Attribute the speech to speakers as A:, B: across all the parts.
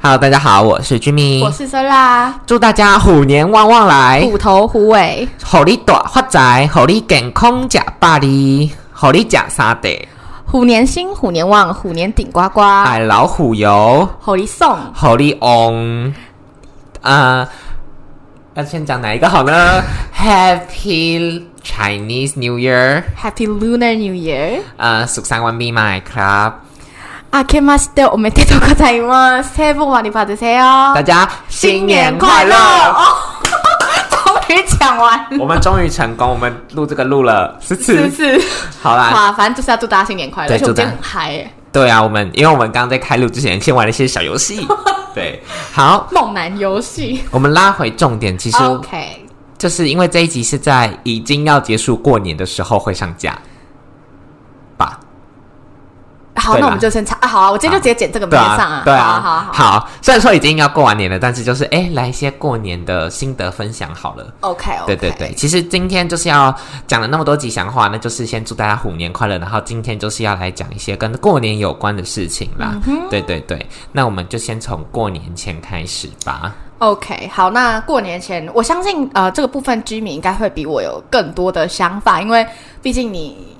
A: Hello，大家好，我是 Jimmy，
B: 我是 Sara，
A: 祝大家虎年旺旺来，
B: 虎头虎尾，
A: 虎你大发财，虎你健康吃百里，虎你吃三地，
B: 虎年新，虎年旺，虎年顶呱呱，
A: 买老虎油，
B: 虎年送，
A: 虎你翁，啊、要先讲哪一个好呢？Happy Chinese New Year，
B: Happy Lunar New Year，
A: 啊、สุขสันต์วันปีใหม่ครับ
B: 阿克马斯特，我们得到个台湾，새복많이받으세요，
A: 大家新年快乐！
B: 哦，终于讲完了，
A: 我们终于成功，我们录这个录了十次
B: 是不，是？
A: 好啦，
B: 哇，反正就是要祝大家新年快乐，
A: 哎对
B: 而且我们
A: 祝
B: 今
A: 大家
B: 天很嗨耶，
A: 对啊，我们因为我们刚刚在开录之前先玩了一些小游 戏，对，好，
B: 梦男游戏
A: 我们拉回重点，其实
B: ，OK，
A: 就是因为这一集是在已经要结束过年的时候会上架，吧？
B: 好，
A: 对啦
B: 那我们就先唱啊，好啊，我今天就直接剪这个
A: 对
B: 名字上
A: 啊
B: 啊，，
A: 对
B: 好
A: 啊，
B: 好好
A: 好虽然说已经要过完年了，但是就是哎，来一些过年的心得分享好了。
B: ，OK，
A: 对对对，其实今天就是要讲了那么多吉祥话，那就是先祝大家虎年快乐。然后今天就是要来讲一些跟过年有关的事情
B: 嗯
A: 啦。对对对，那我们就先从过年前开始吧。
B: OK，好，那过年前，我相信呃这个部分居民应该会比我有更多的想法，因为毕竟你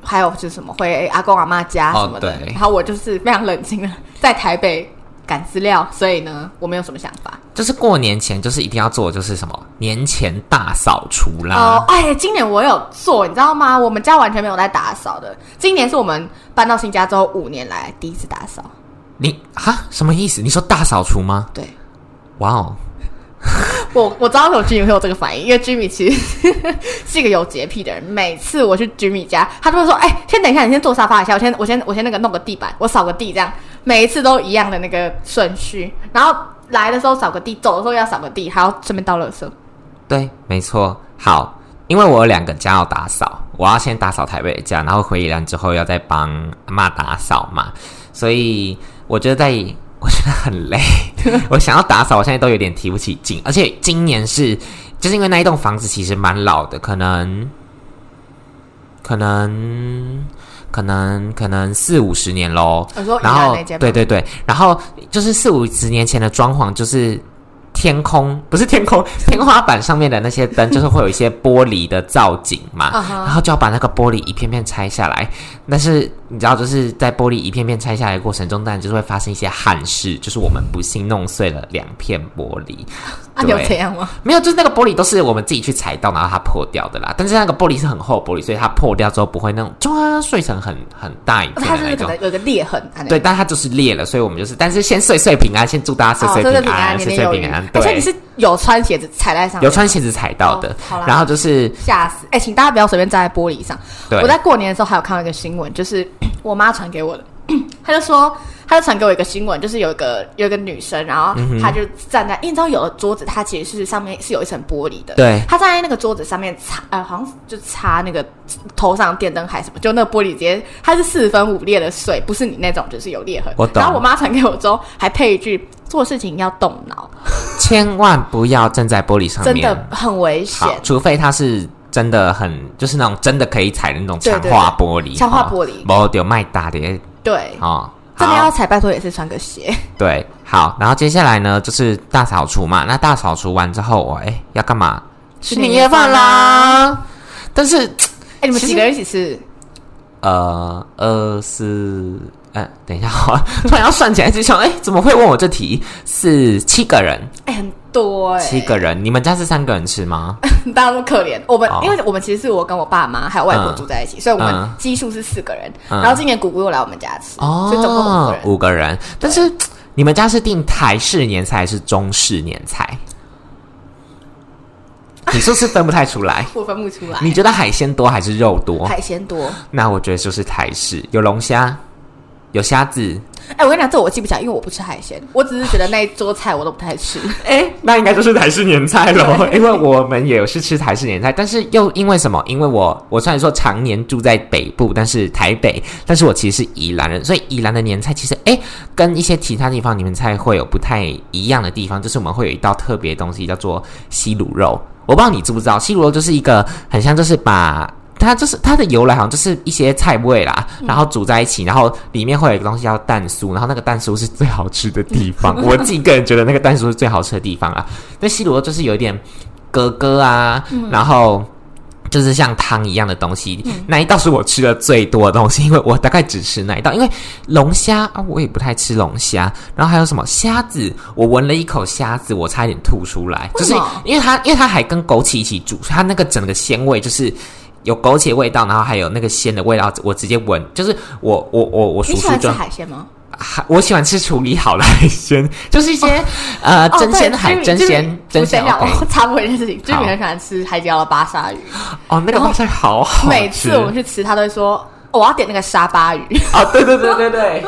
B: 还有就是什么回阿公阿妈家
A: 哦
B: 什么的，
A: 对
B: 然后我就是非常冷静的在台北赶资料，所以呢我没有什么想法。
A: 就是过年前，就是一定要做，的就是什么年前大扫除啦。
B: 哦、哎，今年我有做，你知道吗？我们家完全没有在打扫的，今年是我们搬到新家之后五年来第一次打扫，
A: 你哈什么意思？你说大扫除吗？
B: 对。
A: 哇哦，
B: 我我知道为什么 Jimmy 会有这个反应，因为 Jimmy 其实 是一个有洁癖的人。每次我去 Jimmy 家，他都会说：“哎、先等一下，你先坐沙发一下，我先我先我先那个弄个地板，我扫个地，这样每一次都一样的那个顺序。然后来的时候扫个地，走的时候要扫个地，还要顺便倒垃圾。
A: 对，没错。好，因为我有两个家要打扫，我要先打扫台北的家，然后回宜兰之后要再帮阿妈打扫嘛，所以我觉得在 我觉得很 累，我想要打扫，我现在都有点提不起劲，而且今年是就是因为那一栋房子其实蛮老的，可能可能。可能可能四五十年喽
B: 我哦说，宜
A: 然
B: 兰
A: 后
B: 那间吗
A: 对对对，然后就是四五十年前的装潢，就是天空不是天 空，天花板上面的那些灯，就是会有一些玻璃的造景嘛，
B: 嗯哼
A: 然后就要把那个玻璃一片片拆下来。但是你知道，就是在玻璃一片片拆下来的过程中，当然就是会发生一些憾事，就是我们不幸弄碎了两片玻璃。
B: 啊，你
A: 对
B: 有这样吗？
A: 没有，就是那个玻璃都是我们自己去踩到，然后它破掉的啦。但是那个玻璃是很厚的玻璃，所以它破掉之后不会那种抓碎成很很大一片
B: 他
A: 的那
B: 是不哦是可
A: 种。
B: 能有个裂痕啊？那个
A: 对，，但它就是裂了，所以我们就是，但是先岁岁平安，先祝大家岁
B: 哦，
A: 岁
B: 真的
A: 平安，
B: 年
A: 岁
B: 年
A: 岁
B: 有余
A: 平安。。
B: 而且
A: 对
B: 你，是有穿鞋子踩在上面，
A: 有穿鞋子踩到的
B: 哦好啦，
A: 然后就是
B: 吓死！哎、请大家不要随便站在玻璃上。
A: 对
B: 我在过年的时候还有看到一个新闻，就是 我妈传给我的， 她就说，她就传给我一个新闻，就是有一个有一个女生，然后
A: 嗯
B: 她就站在，因为你知道有的桌子它其实是上面是有一层玻璃的，
A: 对
B: 她站在那个桌子上面擦，呃，好像就擦那个头上电灯还是什么，就那个玻璃直接它是四分五裂的碎，不是你那种就是有裂痕。
A: 我懂
B: 然后我妈传给我之后，还配一句。做事情要动脑，
A: 千万不要站在玻璃上面，
B: 真的很危险
A: 好。，除非它是真的很，就是那种真的可以踩的那种强化玻璃，
B: 强化玻璃
A: 哦，有卖打的
B: 对，
A: 哦。
B: 真的要
A: 好，
B: 踩，拜托也是穿个鞋。
A: 对，好，然后接下来呢就是大扫除嘛。那大扫除完之后，我哎要干嘛？
B: 吃
A: 吃
B: 年
A: 年
B: 夜
A: 夜饭
B: 饭啦
A: 啦。但是
B: 哎、你们
A: 其
B: 几
A: 实
B: 个人一起吃？
A: 呃，二四，呃，等一下，好了， 突然要算起来就想，哎，怎么会问我这题？是七个人，
B: 哎、很多哎、
A: 七个人，你们家是三个人吃吗？
B: 大家那么可怜。我们、
A: 哦
B: 因为我们其实是我跟我爸妈还有外婆住在一起，所以我们
A: 嗯
B: 基数是四个人。
A: 嗯
B: 然后今年姑姑又来我们家吃，
A: 哦，
B: 所以总共五个人。
A: 五个人但是你们家是订台式年菜还是中式年菜？ 你是不是分不太出来？
B: 我分不出来，
A: 你觉得海鲜多还是肉多？
B: 海鲜多。
A: 那我觉得就是台式，有龙虾，有虾子，
B: 哎、我跟你讲，这我记不起来，因为我不吃海鲜，我只是觉得那一桌菜我都不 太吃。
A: 哎、那应该就是台式年菜喽， 因为我们也是吃台式年菜，但是又因为什么？因为我我虽然说常年住在北部，但是台北，但是我其实是宜兰人，所以宜兰的年菜其实哎、跟一些其他地方你们菜会有不太一样的地方，就是我们会有一道特别的东西叫做西卤肉，我不知道你知不知道，西卤肉就是一个很像就是把它就是它的由来好像就是一些菜味啦，然后煮在一起，然后里面会有一个东西叫蛋酥，然后那个蛋酥是最好吃的地方。我自己个人觉得那个蛋酥是最好吃的地方啊。那西螺就是有一点格格啊，
B: 嗯
A: 然后。就是像汤一样的东西，那一道是我吃的最多的东西，因为我大概只吃那一道。因为龙虾啊，我也不太吃龙虾，然后还有什么虾子，我闻了一口虾子，我差一点吐出来，
B: 为
A: 就是
B: 什么
A: 因为它因为它还跟枸杞一起煮，所以它那个整个鲜味就是。有枸杞味道，然后还有那个鲜的味道，我直接闻，就是我我我我叔
B: 你喜
A: 叔
B: 欢吃
A: 就
B: 海鲜吗？
A: 还我喜欢吃处理好的海鲜， 就是一些、呃
B: 哦
A: 蒸
B: 对
A: 鲜海、
B: Jimmy-
A: 蒸
B: Jimmy-
A: 鲜蒸
B: 我
A: 鲜
B: 先讲
A: OK
B: 我插播一件事情，就是
A: 好
B: 很喜欢吃海底捞的巴沙鱼，
A: 哦，那个
B: 然后
A: 泡菜好好吃。
B: 每次我们去吃，他都会说哦我要点那个沙巴鱼，
A: 哦，对对对对对，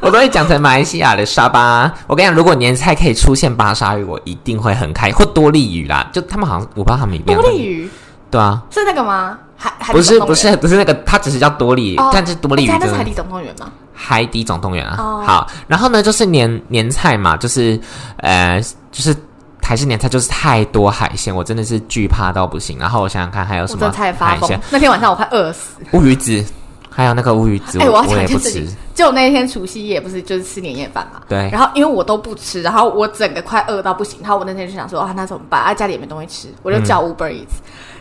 A: 我都会讲成马来西亚的沙巴。我跟你讲，如果年菜可以出现巴沙鱼，我一定会很开，或多利鱼啦。就他们好像我不知道他们里面
B: 多
A: 有没有
B: 利鱼
A: 对啊，
B: 是那个吗？海海底
A: 不是
B: 总动员
A: 不是不是那个，它只是叫多利鱼，
B: 哦
A: 但是多利鱼
B: 哎那
A: 真
B: 是海
A: 的
B: 底总动员吗？
A: 海底总动员啊。
B: 哦
A: 好，然后呢就是年年菜嘛，就是呃就是。台式年菜就是太多海鲜，我真的是惧怕到不行。然后我想想看还有
B: 我
A: 什
B: 真
A: 么
B: 的太发
A: 海
B: 疯
A: 鲜，，
B: 那天晚上我快饿死。
A: 乌鱼子，还有那个乌鱼子，
B: 哎我
A: 我
B: 要讲
A: 也
B: 一
A: 不
B: 件事情
A: 吃。
B: 就那一天除夕夜不是就是吃年夜饭嘛，
A: 对
B: 然后因为我都不吃，然后我整个快饿到不行，然后我那天就想说啊，那怎么办？啊，家里也没东西吃，我
A: 嗯
B: 就叫 Uber Eats。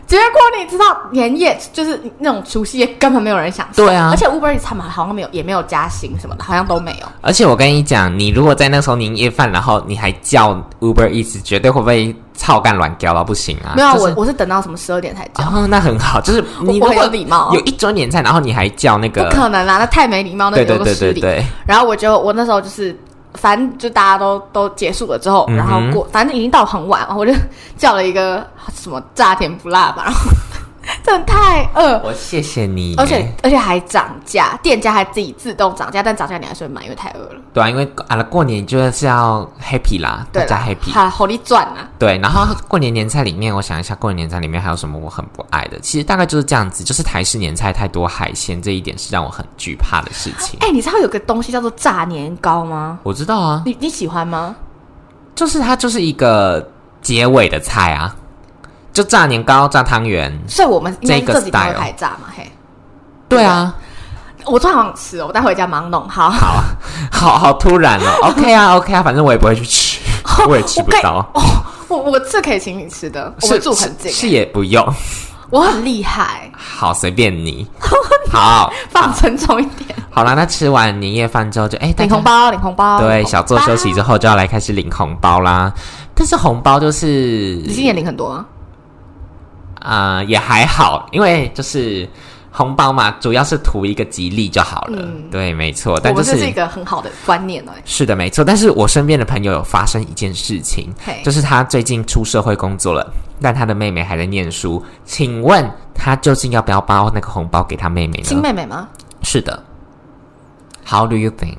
B: 结果你知道年夜就是那种除夕夜根本没有人想吃，
A: 对啊
B: 而且 Uber Eats 他们好像没有也没有加薪什么的，好像都没有。
A: 而且我跟你讲，你如果在那时候年夜饭，然后你还叫 Uber Eats，绝对会被操干软掉到不行啊！
B: 没有啊，
A: 就是
B: 我我是等到什么十二点才叫，
A: 哦，那很好，就是你
B: 我
A: 如
B: 很有
A: 果
B: 礼貌啊
A: 有，一桌年菜，然后你还叫那
B: 不
A: 个，
B: 可能啦，啊那太没礼貌，那
A: 对
B: 有
A: 对
B: 个
A: 对
B: 失
A: 对
B: 礼。
A: 对，
B: 然后我就我那时候就是，反正就大家都都结束了之后，然后
A: 嗯哼
B: 过，反正已经到很晚嘛，我就叫了一个什么炸甜不辣吧，然后 真的太饿，
A: 我谢谢你，
B: 而且而且还涨价，店家还自己自动涨价，但涨价你还是会买，因为太饿了。
A: 对啊，因为啊过年就是要 happy 啦，大
B: 对
A: 家
B: 啦，
A: happy。
B: 好，好利赚啊！
A: 对，然后过年年菜里面，我想一下，过年年菜里面还有什么我很不爱的？其实大概就是这样子，就是台式年菜太多海鲜，这一点是让我很惧怕的事情。
B: 哎、你知道有个东西叫做炸年糕吗？
A: 我知道啊，
B: 你你喜欢吗？
A: 就是它就是一个结尾的菜啊，就炸年糕、炸汤圆。
B: 所以我们应该是
A: 这个
B: 这几天会
A: style
B: 开炸嘛，嘿。
A: 对啊，
B: 我突然好想吃哦，我待会回家忙弄。好，好
A: 好好突然 哦。OK 啊，OK 啊，反正我也不会去吃，我也吃不到，
B: 我我这可以请你吃的，我
A: 是
B: 们住很近
A: 是，是也不用。
B: 我很厉害，
A: 好，随便 你。好，
B: 放尊重一点，
A: 好啦，那吃完年夜饭之后就哎，大
B: 领
A: 家
B: 红包，领红包。哦
A: 对
B: 领红包
A: 小坐休息。之后就要来开始领红包啦。但是红包就是
B: 你今年领很多吗？
A: 啊、也还好，因为就是红包嘛，主要是图一个吉利就好了。
B: 嗯
A: 对，没错。
B: 我
A: 但就
B: 们
A: 是
B: 这是一个很好的观念哎。
A: 是的，没错。但是我身边的朋友有发生一件事情
B: 嘿，
A: 就是他最近出社会工作了，但他的妹妹还在念书。请问他究竟要不要包那个红包给他妹妹
B: 亲
A: 呢？
B: 妹妹吗？
A: 是的。How do you think？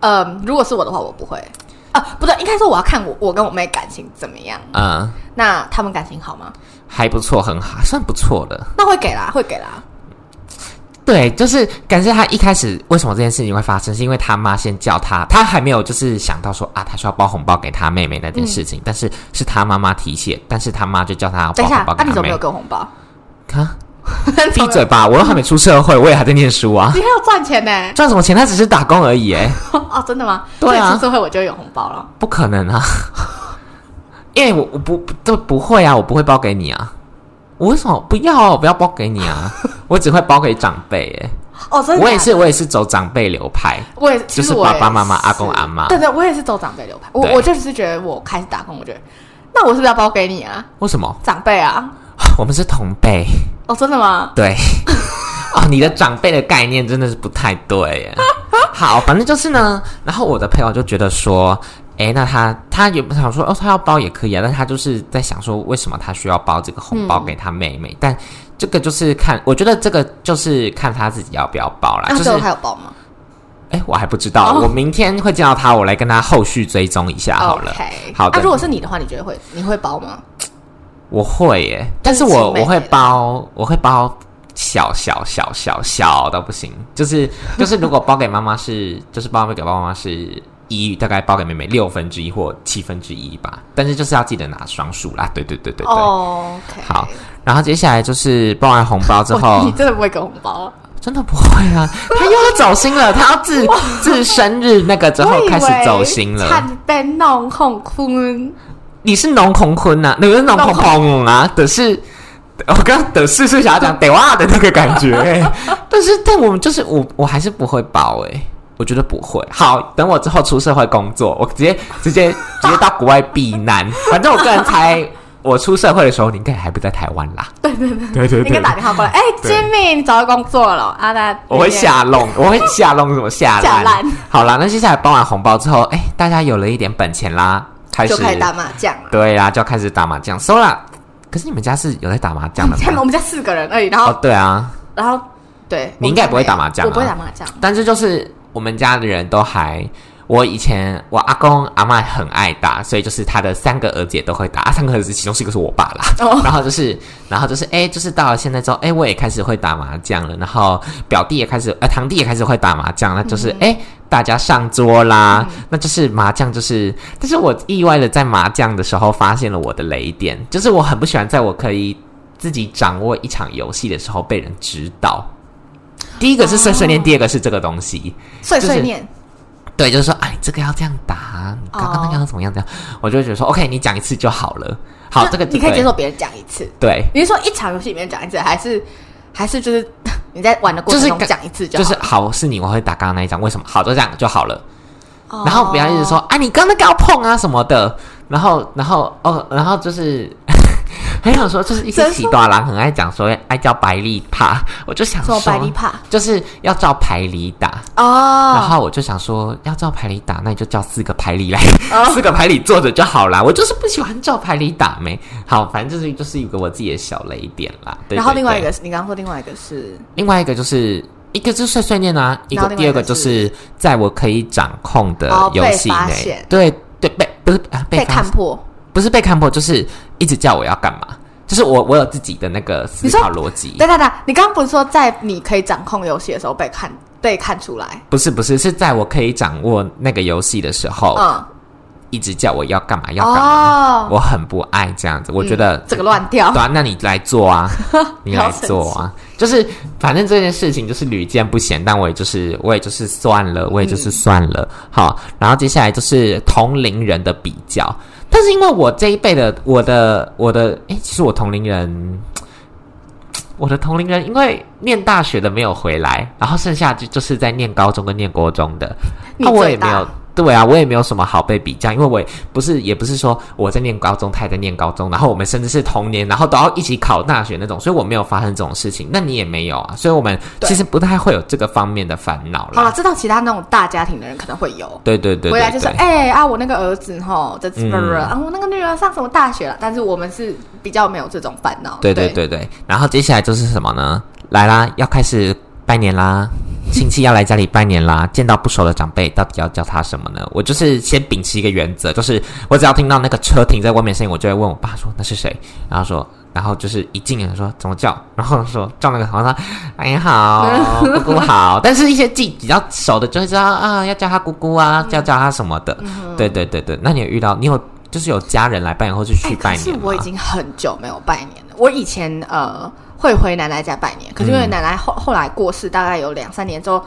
B: 嗯，如果是我的话，我不会。啊，不对，应该说我要看我我跟我妹感情怎么样。
A: 嗯，
B: 那他们感情好吗？
A: 还不错，很好，算不错的。
B: 那会给啦，会给啦。
A: 对，就是感谢他一开始为什么这件事情会发生，是因为他妈先叫他，他还没有就是想到说啊，他需要包红包给他妹妹那件事
B: 嗯
A: 情，但是是他妈妈提起，但是他妈就叫他要包
B: 等一下
A: 红包，
B: 那
A: 给
B: 你
A: 他
B: 怎么没
A: 妹
B: 有。给我红包？
A: 啊
B: 你
A: 闭 嘴吧！我又还没出社会，我也还在念书啊，
B: 还要赚钱呢？
A: 赚什么钱？他只是打工而已，哎，
B: 哦，真的吗？
A: 对啊
B: 所以出社会我就有红包了。
A: 不可能啊！因为我我不都不会啊，我不会包给你啊，我为什么不要啊？我不要包给你啊，我只会包给长辈，哎，
B: 哦，真的假的。
A: 我也是，我也是走长辈流派，
B: 我也其
A: 就是
B: 实我也
A: 爸爸妈妈
B: 是
A: 阿公阿嬷
B: 对对，我也是走长辈流派。我
A: 对
B: 我就是觉得我开始打工，我觉得那我是不是要包给你啊，
A: 为什么？
B: 长辈啊？
A: 我们是同 辈，
B: 哦，真的吗？
A: 对。 哦，你的长辈的概念真的是不太对 耶。好，反正就是呢。然后我的朋友就觉得说，诶，那他他也不想说，哦，他要包也可以啊。但他就是在想说，为什么他需要包这个红
B: 嗯
A: 包给他妹妹？但这个就是看，我觉得这个就是看他自己要不要包啦。
B: 那
A: 啊就
B: 最
A: 是
B: 后啊他有包吗？
A: 诶，我还不知道，
B: 哦
A: 我明天会见到他，我来跟他后续追踪一下好了。
B: OK，啊
A: 好的
B: 那如果是你的话，你觉得会你会包吗？
A: 我会耶，但是
B: 就是
A: 我
B: 亲妹
A: 我会
B: 妹的
A: 包，我会包小小小 小小到不行，就是就是如果包给妈妈是，就是包给爸爸妈妈是一大概报给妹妹六分之一或七分之一吧，但是就是要记得拿双数啦。对对对对对。
B: 哦，OK，
A: 好，哦然后接下来就是包完红包之
B: 哇
A: 后
B: 你，真的不会给红包？
A: 真的不会啊，他又要走心了，他要自自生日那个之后哦开始走心
B: 差
A: 了。
B: 点被弄哄昏。
A: 你是农孔坤啊，你是农孔鹏啊，的是。我刚刚的是是想要讲得哇的那个感觉、 欸但是但我们就是我我还是不会包哎、我觉得不会。好，等我之后出社会工作，我直接直接直接到国外避 难。反正我个人猜，我出社会的时候，你应该还不在台湾啦。对对对对对
B: 你可以打电话 过来，哎、
A: 对
B: j i m m y 你找到工作了？啊，那
A: 我会下弄，我会下弄什么 下
B: 下
A: 烂。
B: 烂
A: 好啦，那接下来包完红包之后，哎、大家有了一点本钱啦，开始
B: 就开始打麻将了。
A: 对啦，就要开始打麻将。收啦，可是你们家是有在打麻将的
B: 现在
A: 吗？
B: 我们家四个人而已，然后、
A: 哦，对啊，
B: 然后对，
A: 你应该也不会打麻将啊
B: 我不会打麻将。
A: 但是就是我们家的人都还。我以前我阿公阿嬷很爱打，所以就是他的三个儿子也都会打，啊、三个儿子其中是一个是我爸啦。
B: 哦
A: 然后就是，然后就是，哎、就是到了现在之后，哎、我也开始会打麻将了，然后表弟也开始，呃，堂弟也开始会打麻将，那就是，哎、大家上桌啦，那就是麻将，就是，但是我意外的在麻将的时候发现了我的雷点，就是我很不喜欢在我可以自己掌握一场游戏的时候被人指导。第一个是碎碎念，第二个是这个东西。
B: 碎
A: 就
B: 碎
A: 是
B: 念，
A: 对，就是说，哎、你这个要这样打，你刚
B: 哦
A: 刚那个要怎么样怎样我就会觉得说，OK，你讲一次就好了。好，
B: 那
A: 这个
B: 你可以接
A: 对
B: 受别人讲一次。
A: 对，
B: 你是说一场游戏里面讲一次，还是还是就是你在玩的过程中
A: 就是
B: 讲一次就
A: 就
B: 好
A: 是好是你，我会打刚刚那一张，为什么？好，就这样就好了。
B: 哦
A: 然后不要一直说，啊，你刚刚那个要碰啊什么的。然后，然后哦，然后就是 很想说，就是一些
B: 真
A: 喜多郎很爱讲说爱叫白丽帕，我就想
B: 什么
A: 说
B: 百丽帕
A: 就是要照牌理打。然
B: 哦，
A: 后我就想说，要照牌理打，那你就叫四个牌理来，
B: 哦
A: 四个牌理坐着就好啦。我就是不喜欢照牌理打没。好，反正就是就是一个我自己的小雷点啦。对
B: 然后
A: 对
B: 另外
A: 对
B: 一个是你刚刚说另外一个是
A: 另外一个就是一个就是碎碎念啊，一
B: 然
A: 个
B: 后另外
A: 第
B: 一个
A: 二个就是在我可以掌控的
B: 哦被
A: 游戏
B: 发
A: 内
B: 现，
A: 对对被不是啊
B: 被
A: 发
B: 看破，
A: 不是被看破，就是一直叫我要干嘛，就是我我有自己的那个思
B: 你说
A: 考逻辑，
B: 对对对，你刚刚不是说在你可以掌控游戏的时候被看被看出来？
A: 不是不是是在我可以掌握那个游戏的时候，
B: 嗯，
A: 一直叫我要干嘛要干嘛，
B: 哦，嗯
A: 我很不爱这样子，我觉得、
B: 这个乱掉
A: 对啊，那你来做 啊，你来做啊，就是反正这件事情就是屡见不鲜，但我也就是我也就是算了，我也就是
B: 嗯
A: 算了。好，然后接下来就是同龄人的比较，但是因为我这一辈的我的我的，诶，其实我同龄人。我的同龄人因为念大学的没有回来，然后剩下就就是在念高中跟念国中的，
B: 你
A: 那、我
B: 最
A: 也没有
B: 大，
A: 对啊，我也没有什么好被比较，因为我也不是，也不是说我在念高中，他也在念高中，然后我们甚至是同年，然后都要一起考大学那种，所以我没有发生这种事情，那你也没有啊，所以我们
B: 对
A: 其实不太会有这个方面的烦恼
B: 好了，
A: 啦。
B: 知道其他那种大家庭的人可能会有。
A: 对对对
B: 回来
A: 对
B: 就是
A: 对，
B: 哎、啊，我那个儿子吼，这
A: 嗯
B: 啊，我那个女儿上什么大学了？但是我们是比较没有这种烦恼。
A: 对对对对。然后接下来就是什么呢？来啦，要开始拜年 啦，亲戚要来家里拜年啦，见到不熟的长辈，到底要叫他什么呢？我就是先秉持一个原则，就是我只要听到那个车停在外面的声音，我就会问我爸说那是谁，然后说。然后就是一进来说怎么叫，然后说叫那个好像阿姨 好，姑姑好，但是一些记比较熟的就会知道啊，要叫他姑姑
B: 嗯
A: 啊，叫叫他什么的。对对对对，那你有遇到你有就是有家人来拜年或是
B: 哎，
A: 去拜
B: 可是
A: 年吗？
B: 我已经很久没有拜年了。我以前呃会回奶奶家拜年，可是因
A: 嗯
B: 为奶奶后、后来过世，大概有两三年之后。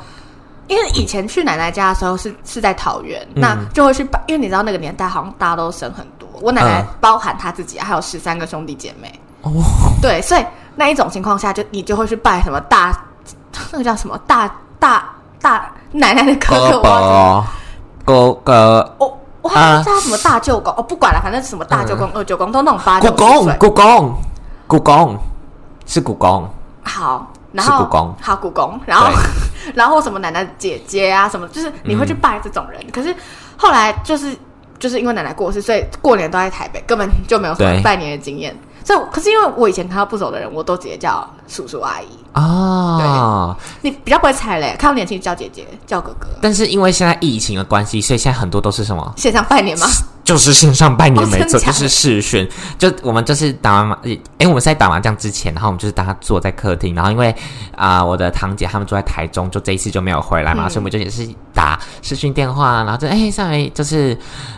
B: 因为以前去奶奶家的时候是是在桃园，
A: 嗯
B: 那就会去拜，因为你知道那个年代好像大家都生很多，我奶奶
A: 嗯
B: 包含她自己还有十三个兄弟姐妹，
A: 哦
B: 对，所以那一种情况下就你就会去拜什么大，那个叫什么大大大奶奶的哥
A: 哥
B: 哥，我忘记了
A: 伯、哥哥、
B: 我我好
A: 啊
B: 像叫他什么大舅公、哦，不管了，反正什么大舅公、二舅公都那种八九
A: 古嗯
B: 十
A: 公、
B: 岁
A: 古公、古公是古公，
B: 好，然
A: 是
B: 后
A: 故宫
B: 好故宫，然后 然后什么奶奶姐姐啊，什么就是你会去拜这种人，
A: 嗯
B: 可是后来就是就是因为奶奶过世，所以过年都在台北，根本就没有什么
A: 对
B: 拜年的经验。所以，可是因为我以前看到不熟的人，我都直接叫叔叔阿姨。
A: 哦，
B: 你比较不会猜嘞，看到年轻就叫姐姐，叫哥哥。
A: 但是因为现在疫情的关系，所以现在很多都是什么
B: 线上拜年吗？
A: 就是线上拜年
B: 哦
A: 没
B: 真
A: 错，
B: 假
A: 就
B: 的
A: 是视讯，就我们就是打完麻，诶、我们是在打麻将之前，然后我们就是大家坐在客厅，然后因为啊、我的堂姐他们住在台中，就这一次就没有回来嘛，
B: 嗯
A: 所以我们就也是打视讯电话，然后就哎、上来就是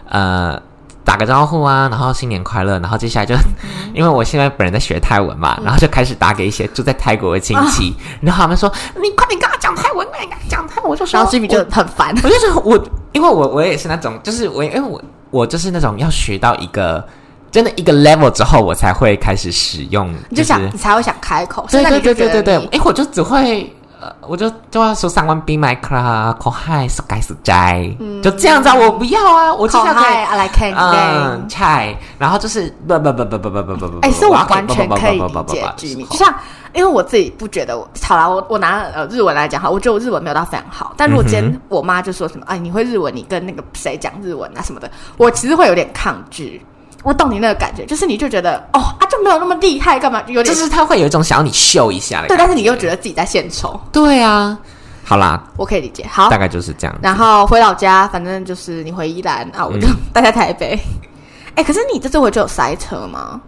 A: 呃。打个招呼啊，然后新年快乐，然后接下来就，
B: 嗯
A: 因为我现在本人在学泰文嘛，然后就开始打给一些住在泰国的亲戚，
B: 啊
A: 然后他们说你快点跟他讲泰文，快点跟他讲泰文，我就说
B: 然后 Jimmy 就很烦，
A: 我就是我，因为我我也是那种，就是我因为我我就是那种要学到一个真的一个 level 之后，我才会开始使用，
B: 你
A: 就
B: 就是想你才会想开口。
A: 对
B: 现在
A: 对
B: 你就
A: 对对
B: 觉得
A: 对对，
B: 你
A: 哎、我就只会。呃，我就就要说三万 B my club，口嗨是该是斋，就这样子啊，我不要啊，我
B: 嗯口
A: 接下来
B: 嗨，I like it，
A: 嗯
B: gang
A: 菜，然后就是不不不不不不不不不，
B: 哎，是
A: 我
B: 我
A: 要
B: 完全
A: 不不
B: 可以
A: 不
B: 理
A: 不不不
B: 解
A: 不
B: 居民，
A: 口
B: 就像因为我自己不觉得我，好啦，我我拿呃日文来讲哈，我觉得我日文没有到非常好，但如果今
A: 嗯
B: 天我妈就说什么，哎，你会日文，你跟那个谁讲日文啊什么的，我其实会有点抗拒。我懂你那个感觉，就是你就觉得哦啊就没有那么厉害，干嘛有
A: 就
B: 点
A: 是他会有一种想要你秀一下的
B: 对，
A: 感
B: 但是你又觉得自己在献丑，
A: 觉，对啊，好啦，
B: 我可以理解。好
A: 大，概就是这样子，
B: 然后回老家，反正就是你回宜兰啊，我就待在台北。哎、可是你这次回去有塞车吗？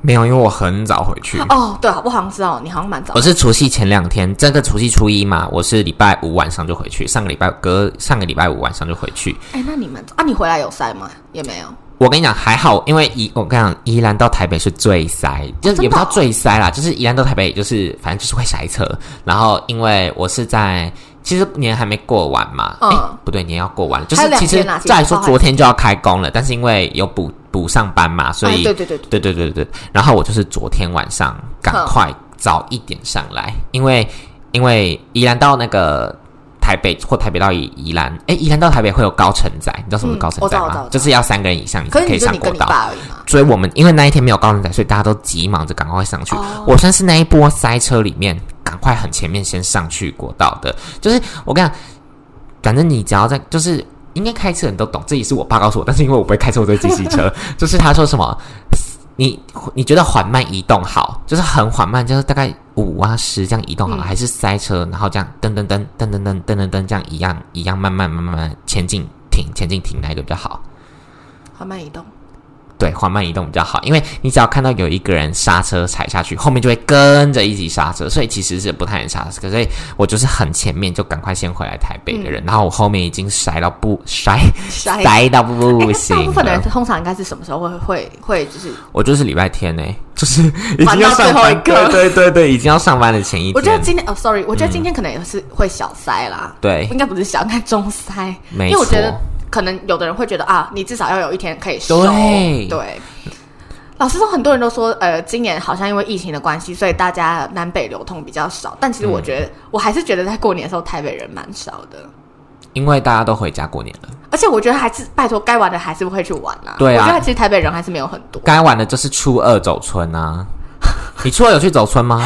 A: 没有，因为我很早回去，
B: 哦，对，我好像知道，你好像蛮早
A: 我。是除夕前两天，这个除夕初一嘛，我是礼拜五晚上就回去，上个礼拜隔上个礼拜五晚上就回去。
B: 哎、那你们啊，你回来有塞吗？也没有。
A: 我跟你讲还好，因为宜我跟你讲，宜兰到台北是最塞，就是也不
B: 真的
A: 叫
B: 哦
A: 最塞啦，就是宜兰到台北就是反正就是会塞车。然后因为我是在其实年还没过完嘛，
B: 嗯
A: 哎、不对，年要过完了，就
B: 还
A: 是
B: 有两
A: 其实
B: 天啊啦其实
A: 再来说
B: 包含
A: 昨天就要开工了，但是因为有补补上班嘛，所以、
B: 哎、对对对对，
A: 对对对对，然后我就是昨天晚上赶快早一点上来，因为因为宜兰到那个台北或台北到宜宜兰，哎，宜兰到台北会有高承载，你知道什么是
B: 嗯
A: 高承载
B: 我知道我知道
A: 吗
B: 我？知道
A: 就是要三个人以上，你才
B: 可是
A: 可以
B: 你就
A: 上
B: 你
A: 国
B: 跟你
A: 道。
B: 爸而已嘛。
A: 所以我们因为那一天没有高承载，所以大家都急忙着赶快上去。
B: 哦
A: 我算是那一波塞车里面赶快很前面先上去国道的，就是我跟你讲，反正你只要在就是。应该开车人都懂，这也是我爸告诉我，但是因为我不会开车，我都会自己骑 车。就是他说什么，你你觉得缓慢移动好，就是很缓慢，就是大概五啊十这样移动好了，
B: 嗯
A: 还是塞车，然后这样噔噔噔噔噔噔噔噔噔这样一样一样慢慢慢慢慢慢前进停前进停哪一个比较好？
B: 缓慢移动，
A: 对，缓慢移动比较好，因为你只要看到有一个人刹车踩下去，后面就会跟着一起刹车，所以其实是不太能刹车。所以我就是很前面就赶快先回来台北的人，然后我后面已经塞到不塞
B: 塞
A: 嗯塞到不
B: 哎
A: 行
B: 大部分的人
A: 了。
B: 通常应该是什么时候会会会就是？
A: 我就是礼拜天呢、就是已经
B: 玩
A: 要
B: 到
A: 上
B: 最后
A: 班
B: 一，
A: 对
B: 刻
A: 对对对，已经要上班的前一天。
B: 我觉得今天哦，sorry，我觉得今天可能也是会小塞啦。
A: 嗯对
B: 应该不是小，应该中塞。
A: 没
B: 因为我觉得
A: 错
B: 可能有的人会觉得啊，你至少要有一天可以收。
A: 对
B: 对老实说，很多人都说，呃，今年好像因为疫情的关系，所以大家南北流通比较少。但其实我
A: 嗯
B: 觉得，我还是觉得在过年的时候，台北人蛮少的。
A: 因为大家都回家过年了，
B: 而且我觉得还是拜托，该玩的还是会去玩啦、
A: 对啊
B: 我觉得其实台北人还是没有很多。
A: 该玩的就是初二走村啊。你初二有去走村吗？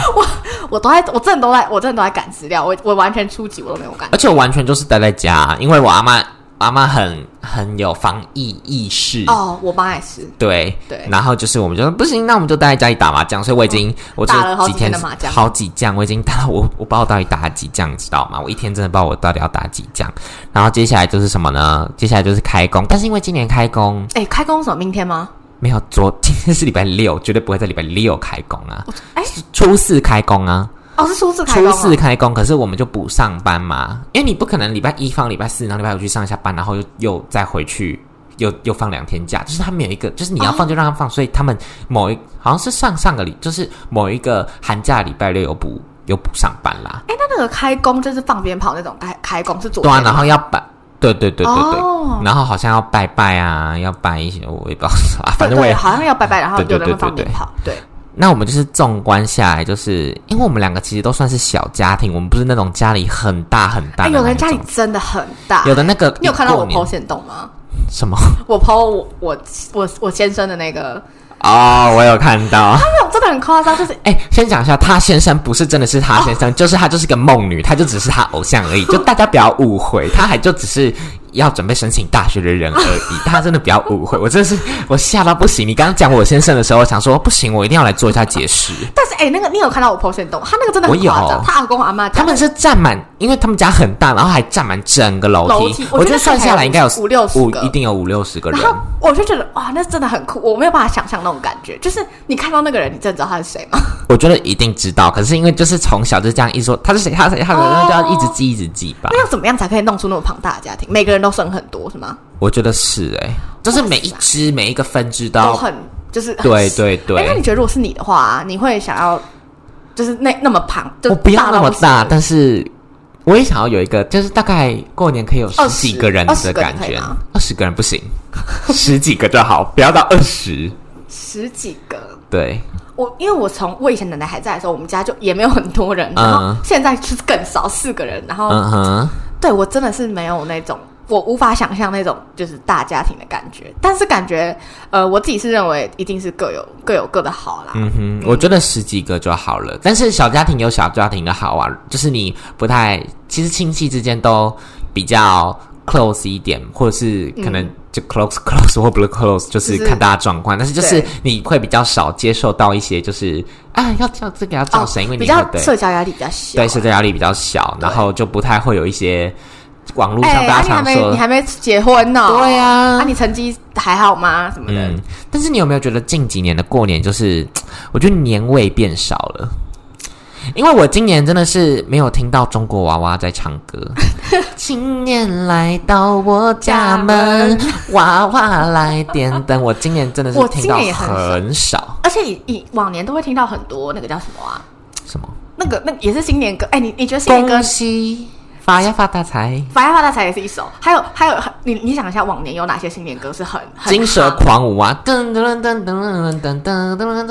B: 我都在，我真的都在，我真的都在赶资料。我我完全初级我都没有赶
A: 而。且我完全就是待在家，因为我阿妈阿妈很很有防疫意识。
B: 哦，我妈也是。
A: 对
B: 对哦
A: 然后就是我们就说不行，那我们就待在家里打麻将。所以我已经、我这
B: 打了好
A: 几
B: 几
A: 天
B: 天的麻将
A: 好几将，我已经打到我我不知道到底打了几将，你知道吗？我一天真的不知道我到底要打几将。然后接下来就是什么呢？接下来就是开工，但是因为今年开工
B: 哎、开工什么？明天吗？
A: 没有昨今天是礼拜六，绝对不会在礼拜六开工啊，
B: 我哎、
A: 初四开工啊，
B: 哦，是初四开工、
A: 初
B: 哦。
A: 四开工，可是我们就不上班嘛，因为你不可能礼拜一放礼拜四，然后礼拜五去上一下班，然后又又再回去，又又放两天假，就是他们有一个，就是你要放就让他放，所以他们某一好像是上上个礼，就是某一个寒假礼拜六有补有补上班啦，
B: 哎、那那个开工就是放鞭炮那种开开工是昨
A: 对啊，
B: 天
A: 然后要拜，对对对对对，
B: 哦
A: 然后好像要拜拜啊，要拜一些，我也不知道啥，
B: 对
A: 反正我也
B: 对好像要拜拜，然后
A: 对对
B: 有人会
A: 对
B: 放
A: 对
B: 鞭炮，对，
A: 那我们就是纵观下来，就是因为我们两个其实都算是小家庭，我们不是那种家里很大很大的
B: 哎，
A: 那种、
B: 有人家里真的很大，
A: 有的那个，
B: 你有看到我
A: 过年
B: PO 线动吗？
A: 什么？
B: 我 PO 我我我我先生的那个，
A: 哦，我有看到。
B: 那种真的很夸张，就是
A: 哎、先讲一下，他先生不是真的是他先生，就是他就是个梦女，他就只是他偶像而 已，就大家不要误会，他还就只是要准备申请大学的人而已，大家真的不要误会，我真的是我吓到不行。你刚刚讲我先生的时候，我想说不行，我一定要来做一下解释。
B: 但是哎，那个你有看到我 PO 线动，他那个真的很
A: 我有
B: 夸张，他阿公阿妈
A: 他们是占满因为他们家很大，然后还占满整个楼
B: 楼
A: 梯
B: 梯，
A: 我
B: 我觉得
A: 算下来应该有
B: 五六十
A: 五
B: 个
A: 一定有五六十个人
B: 然。后我就觉得哇，那真的很酷，我没有办法想象那种感觉。就是你看到那个人，你真的知道他是谁吗？
A: 我觉得一定知道，可是因为就是从小就这样一说他是谁，他是谁，他是谁，
B: 哦
A: 那就要一直记一直记吧。
B: 那要怎么样才可以弄出那么庞大的家庭？每个人都生很多是吗？
A: 我觉得是哎、就是每一只每一个分支都
B: 都
A: 要。
B: 很就是很
A: 对对
B: 哎那你
A: 对，
B: 觉得如果是你的话、你会想要就是那那么庞，就
A: 我不要
B: 大
A: 那
B: 到
A: 么
B: 不
A: 大，
B: 行
A: 但是我也想要有一个，就是大概过年可以有十几
B: 20
A: 个人的感
B: 20个人可以
A: 觉
B: 吗，
A: 二十个人不行，十几个就好，不要到二十。
B: 十几个。
A: 对，
B: 我因为我从我以前奶奶还在的时候，我们家就也没有很多人，然后
A: 嗯
B: 现在就是更少四个人，然后、
A: 嗯哼，
B: 对我真的是没有那种，我无法想象那种就是大家庭的感觉。但是感觉，呃，我自己是认为一定是各有各有各的好啦。
A: 嗯哼，我觉得十几个就好了。但是小家庭有小家庭的好啊，就是你不太，其实亲戚之间都比较 close 一点，或者是可能就 close close 或不是 close，就是
B: 嗯就是
A: 看大家状况。但是就是
B: 对
A: 你会比较少接受到一些就是啊要叫这个要叫谁，因为
B: 哦比
A: 你会
B: 较
A: 对
B: 社交压力比较小。
A: 对社交压力比较小，然后就不太会有一些网络上
B: 哎、
A: 大
B: 啊
A: 家
B: 你还
A: 常
B: 没
A: 说
B: 你还没结婚呢、
A: 对呀、
B: 啊，你成绩还好吗？什么的？
A: 嗯，但是你有没有觉得近几年的过年就是我觉得年味变少了？因为我今年真的是没有听到中国娃娃在唱歌。今年来到我家门，娃娃来点灯。我今年真的是
B: 我
A: 听
B: 今
A: 到
B: 年也很少
A: 很少
B: 而且以以往年都会听到很多那个叫什么啊？
A: 什么
B: 那个那个也是新年歌。哎、你你觉得新年歌
A: 恭喜发呀发大财，
B: 《发呀发大财》也是一首，还有还有，你你想一下，往年有哪些新年歌是很很
A: 金蛇
B: 夯
A: 狂舞啊！噔噔噔噔噔噔噔噔噔。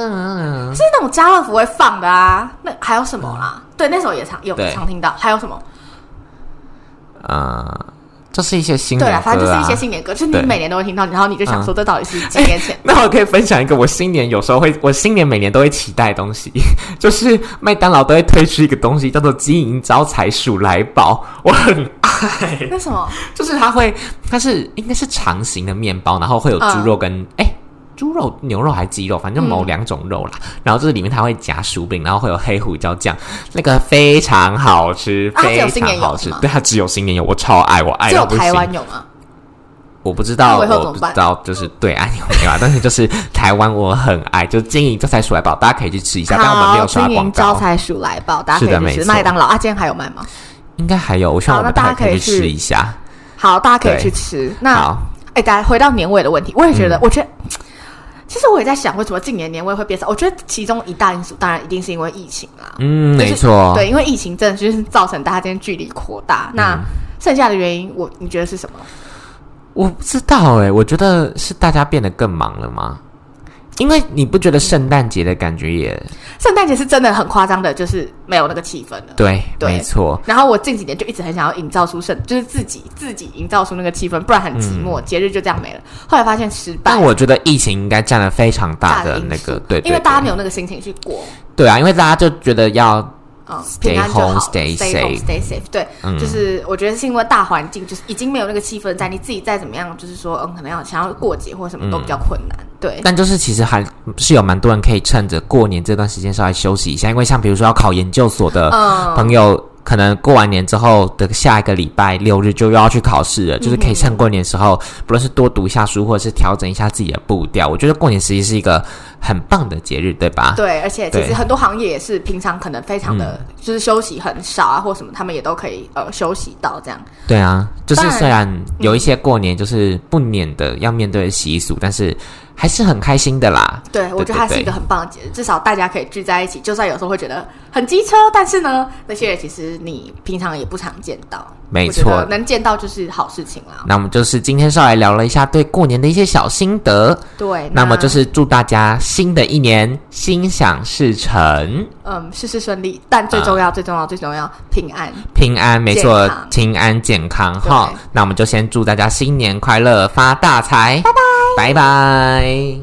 B: 是那种家乐福会放的啊。那还有什么啦？对，那首也常有
A: 嗯对
B: 常听到。还有什么？
A: 啊，这是一些新
B: 对
A: 年歌
B: 啦，
A: 啊，
B: 反正就是一些新年歌，就是你
A: 对
B: 每年都会听到，然后你就想说这到底是几年前？
A: 那我可以分享一个我新年有时候会，我新年每年都会期待的东西， 就是麦当劳都会推出一个东西叫做金银招财鼠来宝，我很爱，
B: 那什 么？
A: 就是它会，它是应该是长形的面包，然后会有猪肉跟
B: 嗯
A: 哎。猪肉、牛肉还是鸡肉，反正某两种肉啦。
B: 嗯
A: 然后就是里面它会夹薯饼，然后会有黑胡椒酱，那个非常好吃，
B: 啊它只有
A: 非
B: 新
A: 常
B: 年有
A: 好吃
B: 是。吗
A: 对，它只有新年有，我超爱，我爱
B: 只
A: 到
B: 有
A: 不行。
B: 台湾有吗？
A: 哎我不知道，
B: 那我以后
A: 我不
B: 怎么
A: 知
B: 办
A: 道，就是对岸有没有啊？但 是就是台湾我很爱，就金银招财鼠来宝，大家可以去吃一下，但我们没有刷
B: 金
A: 广
B: 银招
A: 告，
B: 财鼠来宝，大家
A: 是的
B: 可以去
A: 没
B: 吃
A: 错
B: 麦当劳啊。今天还有卖吗？
A: 应该还有，我希望我
B: 好
A: 们
B: 那
A: 大
B: 大
A: 家
B: 家
A: 可以
B: 可以
A: 去吃
B: 去
A: 一下。
B: 好，大家可以
A: 对
B: 去吃。那
A: 好，嗯
B: 哎，大家回到年味的问题，我也觉得，我觉得。其实我也在想，为什么近年年味会变少？我觉得其中一大因素，当然一定是因为疫情啦。
A: 嗯，
B: 就是
A: 没错，
B: 对，因为疫情真的就是造成大家之间距离扩
A: 嗯
B: 大。那剩下的原因，我你觉得是什么？
A: 我不知道哎、我觉得是大家变得更忙了吗？因为你不觉得圣诞节的感觉也
B: 圣诞节是真的很夸张的，就是没有那个气氛了。
A: 对，
B: 对
A: 没错，
B: 然后我近几年就一直很想要营造出圣，就是自己自己营造出那个气氛，不然很寂寞，节日就这样没了。后来发现失败
A: 但，嗯我觉得疫情应该占了非常大
B: 大
A: 的
B: 因
A: 那
B: 素
A: 个，对对
B: 因为大家没
A: 对
B: 有那个心情去过，
A: 对啊，因为大家就觉得要
B: 嗯，
A: Stay
B: 平安就好
A: home, stay
B: home,
A: safe
B: stay safe。对，
A: 嗯
B: 就是我觉得是因为大环境就是已经没有那个气氛在，你自己再怎么样，就是说嗯，可能要想要过节或什
A: 嗯
B: 么都比较困难。对，
A: 但就是其实还是有蛮多人可以趁着过年这段时间稍微休息一下，因为像比如说要考研究所的
B: 嗯
A: 朋友，可能过完年之后的下一个礼拜六日就又要去考试
B: 嗯
A: 了，就是可以趁过年的时候，不论是多读一下书，或者是调整一下自己的步调。我觉得过年实际是一个很棒的节日，对吧？
B: 对，而且其
A: 对嗯
B: 实很多行业也是平常可能非常的，就是休息很少啊，或什么，他们也都可以呃休息到这样。
A: 对啊，就是
B: 当然
A: 虽然有一些过年就是不免的要面对的习俗，但是还是很开心的啦。
B: 对，我觉得它是一个
A: 对
B: 很棒的节日，至少大家可以聚在一起，就算有时候会觉得很机车，但是呢，那些人其实你平常也不常见到。
A: 没
B: 我觉得
A: 错嗯
B: 能见到就是好事情啦。
A: 那我们就是今天稍微聊了一下对过年的一些小心得。
B: 对，
A: 那么就是祝大家新的一年心想事成、
B: 嗯，事事顺利，但
A: 啊
B: 最重要、最重要、最重要，平安。
A: 平安，没错
B: 健康，
A: 平安健康哈
B: 对。
A: 那我们就先祝大家新年快乐，发大财，拜拜，拜拜。